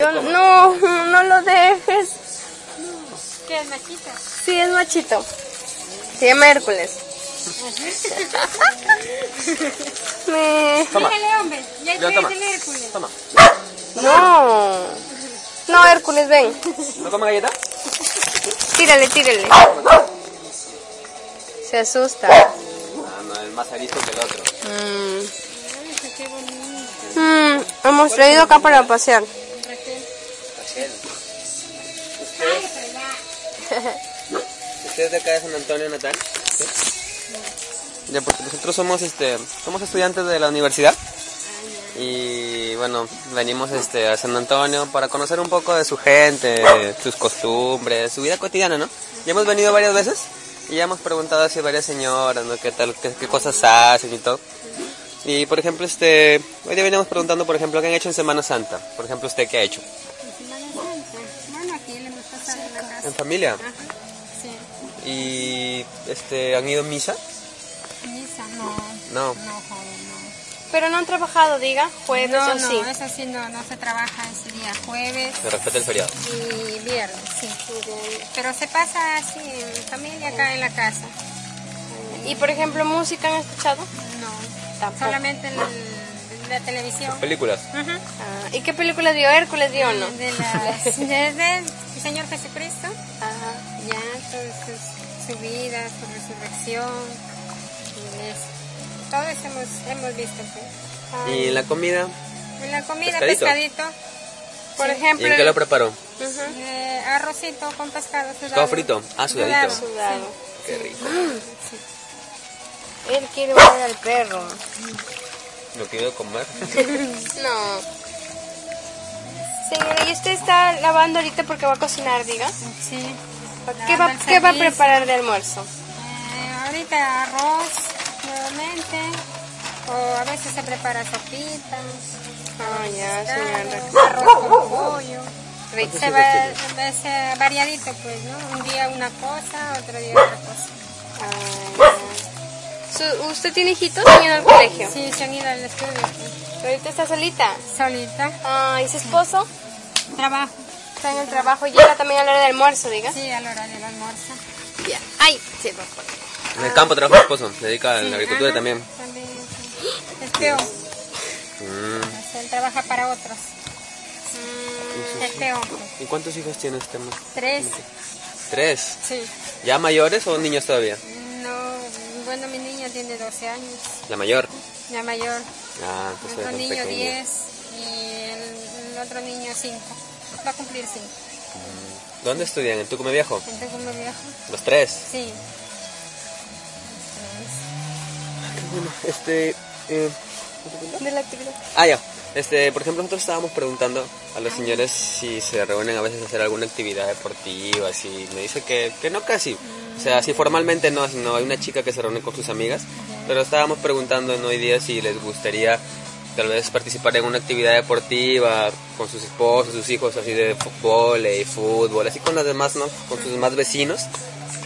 Yo, no, no lo dejes. ¿Qué es machito? Sí, es machito. Se llama Hércules. Me- Toma. Déjale, hombre. Ya hay Ya, tres toma. en Hércules. Toma. No. No, Hércules, ven. ¿No toma galleta? Tírale, tírale. Se asusta. No, no, es más arisco que el otro. Mm. Ay, qué bonito. Mm, hemos traído acá para pasear. Raquel. Raquel. Ay, para allá. ¿Ustedes de acá de San Antonio Natal? ¿Sí? Ya, porque nosotros somos, este, somos estudiantes de la universidad. Y bueno, venimos este, a San Antonio para conocer un poco de su gente, sus costumbres, su vida cotidiana, ¿no? Ya hemos venido varias veces y ya hemos preguntado hacia varias señoras, ¿no? ¿Qué tal, qué, qué cosas hacen y todo? Y por ejemplo, este, hoy día veníamos preguntando, por ejemplo, qué han hecho en Semana Santa. Por ejemplo, ¿usted qué ha hecho? En Semana Santa. Bueno, aquí le hemos pasado en la casa. En familia. Ajá. Sí. ¿Y este, han ido a misa? Misa, no. No. No, joven, no. Pero no han trabajado, diga, jueves No, o Pues sí. no, es así, no, no se trabaja ese día. Jueves Se respeta el feriado. y viernes, sí. Pero se pasa así en familia acá en la casa. Y por ejemplo, música han escuchado. No. Tampoco. Solamente en, en la televisión. Películas. Ajá. Ah, ¿Y qué película dio Hércules dio o no? De la, desde el Señor Jesucristo, Ajá. ya, toda su, su vida, su resurrección, y eso. todo eso hemos, hemos visto. pues. ¿Y la comida? En la comida, Pescadito. pescadito, Por ¿Y ejemplo, en qué lo preparó? ujú, eh, arrocito con pescado sudado. Pescado frito. Ah, sudadito. Sudado, sudado. Qué rico. sí. Él quiere ver al perro. Lo quiero comer. No. Señora, ¿y usted está lavando ahorita porque va a cocinar, diga? Sí. ¿Qué va, Lavando el qué va a servicio. preparar de almuerzo? Eh, ahorita arroz nuevamente, o a veces se prepara sopita, Ah, ya, arroz señora. con pollo. Rico. Se va, es eh, variadito, pues, ¿no? Un día una cosa, otro día otra cosa. Ah, ya. Su- ¿Usted tiene hijitos y al colegio? Sí, se han ido al estudio, pues, ¿Ahorita está solita? solita. Ah, ¿y su esposo? Trabajo. Está en el trabajo. Llega también a la hora del almuerzo, diga. Sí, a la hora del almuerzo. Ya. Ay, se va. En el campo trabaja mi esposo. Se dedica a Sí, la agricultura ajá, también. Ah, También, sí. Es peón, Mm. o sea, él trabaja para otros. Es peón, pues. ¿Y cuántos hijos tiene este amor? Tres, Tres. sí. ¿Ya mayores o niños todavía? No, bueno, mi niña tiene 12 años, La mayor. la mayor. Ah, entonces Otro tan niño pequeño. 10 y el, el otro niño 5. Va a cumplir 5. ¿Dónde estudian? ¿En Tucumán Viejo? Entonces, como viejo, Los tres. sí. Este. eh, De la actividad. Ah, ya. Este, por ejemplo, nosotros estábamos preguntando a Ah. los señores si se reúnen a veces a hacer alguna actividad deportiva, si me dice que, que no casi. O sea, si formalmente no, sino hay una chica que se reúne con sus amigas, pero estábamos preguntando en hoy día si les gustaría tal vez participar en una actividad deportiva con sus esposos, sus hijos, así de fútbol y fútbol, así con los demás, ¿no? Con sus demás vecinos,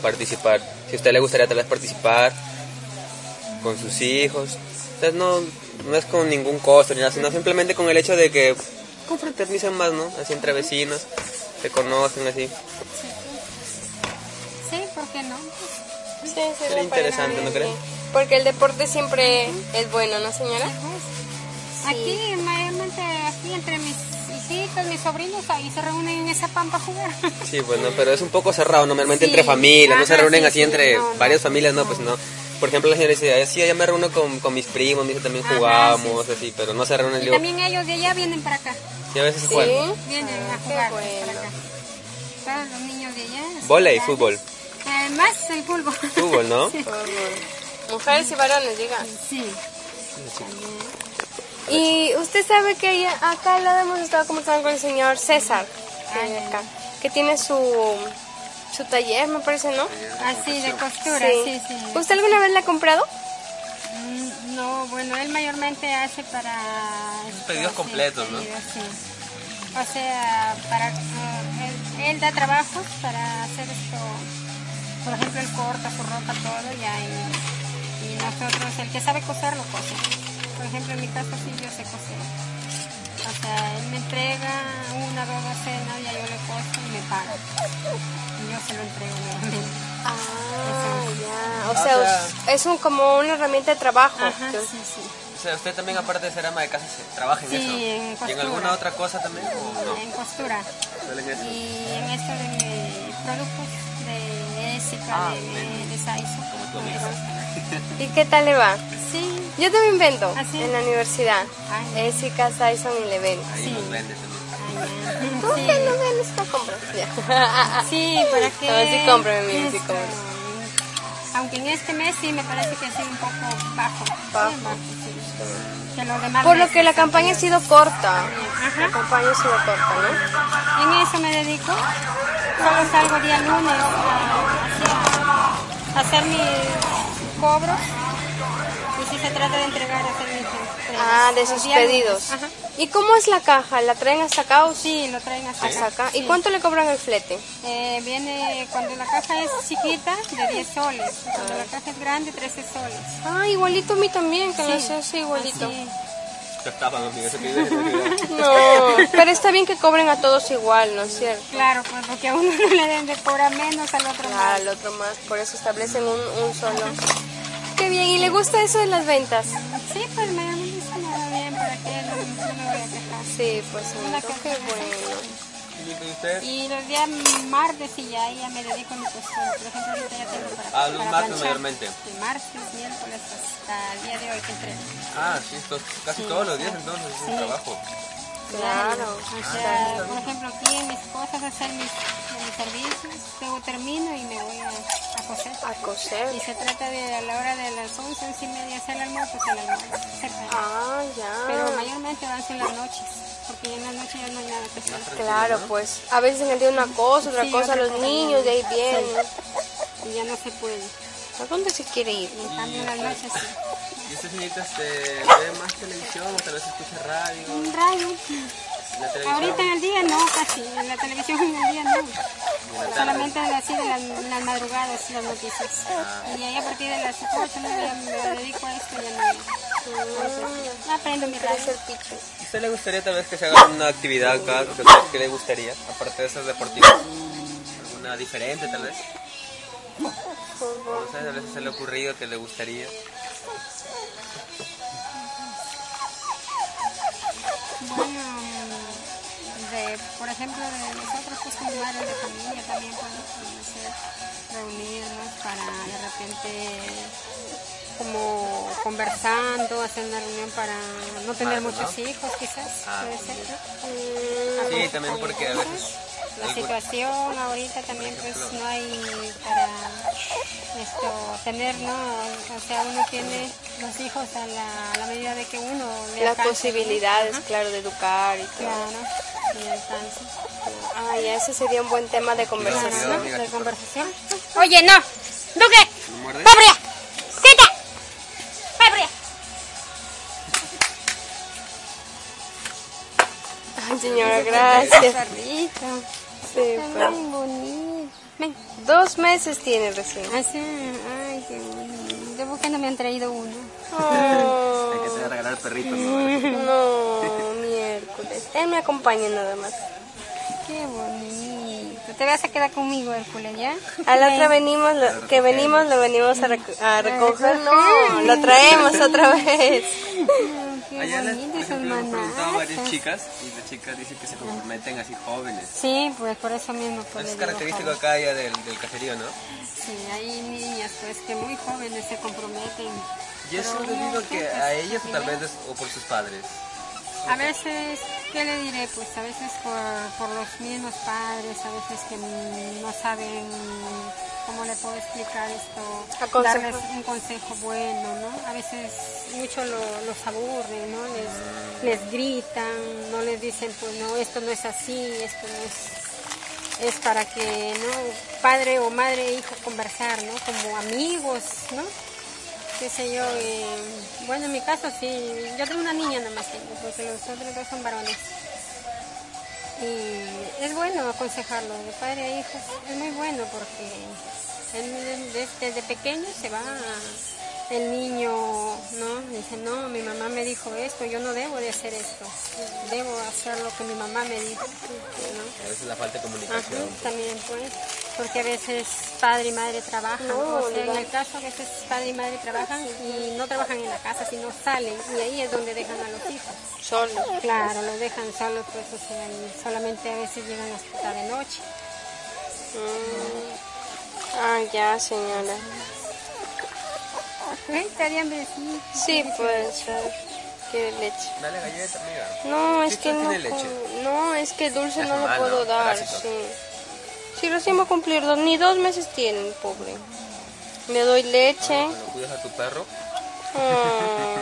participar. Si a usted le gustaría tal vez participar, con sus hijos. Entonces no, no es con ningún costo ni nada, sino simplemente con el hecho de que confraternizan más, ¿no? Así entre vecinos, se conocen así. Sí, ¿por qué no? Sí, sería Sería interesante, ¿no crees? Porque el deporte siempre es bueno, ¿no, señora? Aquí, mayormente, aquí entre mis hijitos, mis sobrinos, ahí se reúnen en esa pampa a jugar. Sí, bueno, pero es un poco cerrado, normalmente Sí, entre familias, no se ajá, reúnen sí, así sí, entre no, no, varias familias, no, pues no. Por ejemplo, la señora dice, sí, yo me reúno con, con mis primos, mis hijos también Ajá, jugamos, así, pero no se reúnen, Y digo, también ellos de allá vienen para acá. y a veces se Sí. juegan. Vienen Ah, a qué jugar para bueno. acá. Todos los niños de allá. sí, Bola y ya. fútbol. Eh, más el fútbol. Fútbol, ¿no? Sí. Mujeres y varones, diga. sí. Y usted sabe que ahí- acá al lado hemos estado conversando con el señor César, que, Ay. vive acá, que tiene su, su taller, me parece, ¿no? Así, de costura, sí, sí. ¿Usted alguna vez la ha comprado? Mm, No, bueno, él mayormente hace para... Pedidos sí, completos, ¿no? pedidos, sí. O sea, para eh, él, él da trabajos para hacer esto, por ejemplo, él corta su ropa, todo, ya, y, y nosotros, el que sabe coser, lo cose. Por ejemplo, en mi caso sí, yo sé coser. O sea, él me entrega una o dos cenas, ya yo le costo y me paga. Y yo se lo entrego nuevamente. Ah, ya. O O sea, sea- es un, como una herramienta de trabajo. Ajá, Yo- sí, sí. O sea, usted también, aparte de ser ama de casa, se trabaja en Sí, eso. en ¿Y en costura. alguna otra cosa también? ¿O no? En costura. Solo en eso. Y Eh, en esto de mis productos de ésica, Ah, de, bien. de Saizo. Como tu amiga. ¿Y qué tal le va? Sí, Yo también vendo ¿Ah, sí? en la universidad. Ay. Ésica, Saison y Leven. Ahí Sí. nos vende también. ¿Tú ay, que sí. no vendes? No compras. Ya. Sí, para que. A ver si compra, mi amigo, si Esto, compra. Aunque en este mes sí me parece que ha sido un poco bajo. Bajo. Bien sí. Que los demás Por lo meses que la han campaña ha tenido- sido corta. Ajá. La campaña ha sido corta, En eso me dedico. Solo salgo día lunes a, hacia- a hacer mis cobros. Y si se trata de entregar, hacer mis ¿no? entregas. Ah, de Los sus días lunes. pedidos. Ajá. ¿Y cómo es la caja? ¿La traen hasta acá o sí? Sí, lo traen hasta Hasta acá. acá. ¿Y Sí. cuánto le cobran el flete? Eh, viene cuando la caja es chiquita de 10 soles, cuando la caja es grande 13 soles. Ah, igualito a mí también, que no Sí. sé, sí, igualito. Así. Te estaban, amigo, ese pibe, ese pibe. No, pero está bien que cobren a todos igual, ¿no es cierto? Claro, pues porque a uno no le den de cobrar menos al otro más. Al otro más, por eso establecen un, un solo. Qué bien, ¿y le gusta eso de las ventas? Sí, pues me dice nada bien para que no, no me voy a quejar. Sí, pues amigo, qué bueno. ¿Y usted? Y los días martes y ya, ya me dedico a mi costura. Por ejemplo, ahorita ya tengo para, Ah, los para martes planchar. mayormente. Sí, martes, miércoles hasta el día de hoy que entrego. Ah, sí, esto- casi todos los días entonces es un trabajo. Claro. O sea, por ejemplo, aquí en mis cosas, hacer mis, mis servicios, luego termino y me voy a, a coser. A coser. Y se trata de a la hora de las 11, 11 y media hacer el almuerzo, pues el almuerzo. cerca. Ah, ya. Pero mayormente van en las noches, porque en la noche ya no hay nada que hacer. Claro, pues a veces en el día una cosa, otra Sí, cosa, otra los cosa, niños, de ahí sí. vienen. Y ya no se puede. ¿A dónde se quiere ir? En cambio, en las noches sí. ¿Y usted, señorita, este, ve más televisión o tal vez escucha radio? Un rayo. ¿La televisión? Ahorita en el día no, casi. En la televisión en el día no. Solamente así de las, en las madrugadas las noticias. Y ahí a partir de las 8 no ya me dedico a esto y ya no. Ya aprendo mi Quiere radio. ser pichu. ¿A usted le gustaría tal vez que se haga una actividad acá? ¿Qué- ¿Qué le gustaría? Aparte de esas deportivas. ¿Alguna diferente tal vez? No sé, tal vez se le ha ocurrido que le gustaría. Bueno, de, por ejemplo, de nosotros pues como madres de familia también pues, podemos hacer reunirnos para de repente como conversando, hacer una reunión para no tener Algo, Ah, ¿no? muchos hijos quizás, Ah, puede ser. ¿no? Sí, también porque a veces... La situación ahorita también pues no hay para esto tener, ¿no? O sea, uno tiene los hijos a la, a la medida de que uno le Las alcance, ¿no? posibilidades, claro, de educar y todo. Claro, y alcance. Ah, ya ese sería un buen tema de Claro, conversación. Cuidado, ¿no? amiga, De que conversación. Oye, no. Duque, ¿Me muerde? pobre. Quita. Pobre. Ay, señora, gracias. Perrito. Sí, pues. Tan bonito. Ven. Dos meses tiene recién. Hace, ay, qué bonito. Yo porque no me han traído uno. Oh, Hay que te regalar perritos. ¿no? no, miércoles. Él me acompaña nada más. Qué bonito. Te vas a quedar conmigo, Hércules, ¿ya? A la otra venimos, lo- que venimos lo venimos a, reco- a recoger. No, lo traemos otra vez. Allá Qué les, por bonito es ejemplo, hemos preguntado a varias hermana. chicas y las chicas dicen que se comprometen así jóvenes. Sí, pues por eso mismo. Pues, Eso es le digo, característico joven. acá ya del, del caserío, ¿no? Sí, hay niñas pues que muy jóvenes se comprometen. Yo siempre digo que a ellas o tal vez es- o por sus padres. A veces, ¿qué le diré? Pues a veces por, por los mismos padres, a veces que no saben cómo le puedo explicar esto, Aconsejo. darles un consejo bueno, ¿no? A veces mucho lo- los aburre, ¿no? Les, les gritan, no les dicen, pues no, esto no es así, esto no es... Es para que, ¿no? Padre o madre e hijo conversar, ¿no? Como amigos, ¿no? qué sé yo, eh, bueno, en mi caso sí, yo tengo una niña nomás, tengo, porque los otros dos son varones. Y es bueno aconsejarlo, de padre a hijos, es muy bueno porque él desde, desde pequeño se va el niño, ¿no? Dice, no, mi mamá me dijo esto, yo no debo de hacer esto, debo hacer lo que mi mamá me dijo, ¿no? A veces la falta de Ajá, comunicación. también pues, porque a veces padre y madre trabajan, No, o sea, en ¿verdad? el caso a veces padre y madre trabajan y no trabajan en la casa, sino salen y ahí es donde dejan a los hijos. Solo. Claro, los dejan solos, pues, o sea, y solamente a veces llegan hasta de noche. Mm. Ah, ya, señora. Ay, te harían besito. Sí, pues. Quiere leche. Dale galleta, amiga. No, es Sí, que sí, no. tiene leche. com- No, es que dulce Es no lo mal, puedo ¿no? dar. Parásito. Sí. Sí, recién va a cumplir dos, ni dos meses tiene, pobre. Le doy leche. Cuando cuidas a tu perro, Ah.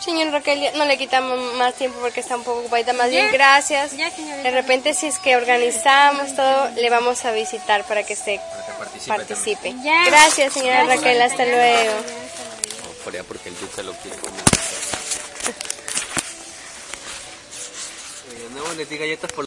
Señor Raquel, no le quitamos más tiempo porque está un poco ocupada. Más bien, Ya. gracias. Ya, señorita. De repente, si es que organizamos todo, le vamos a visitar para que se para que participe. participe. Ya. Gracias, señora Gracias, Raquel. Hasta luego. también. Por allá, porque el duque lo quiere comer. Eh, no, le di galletas por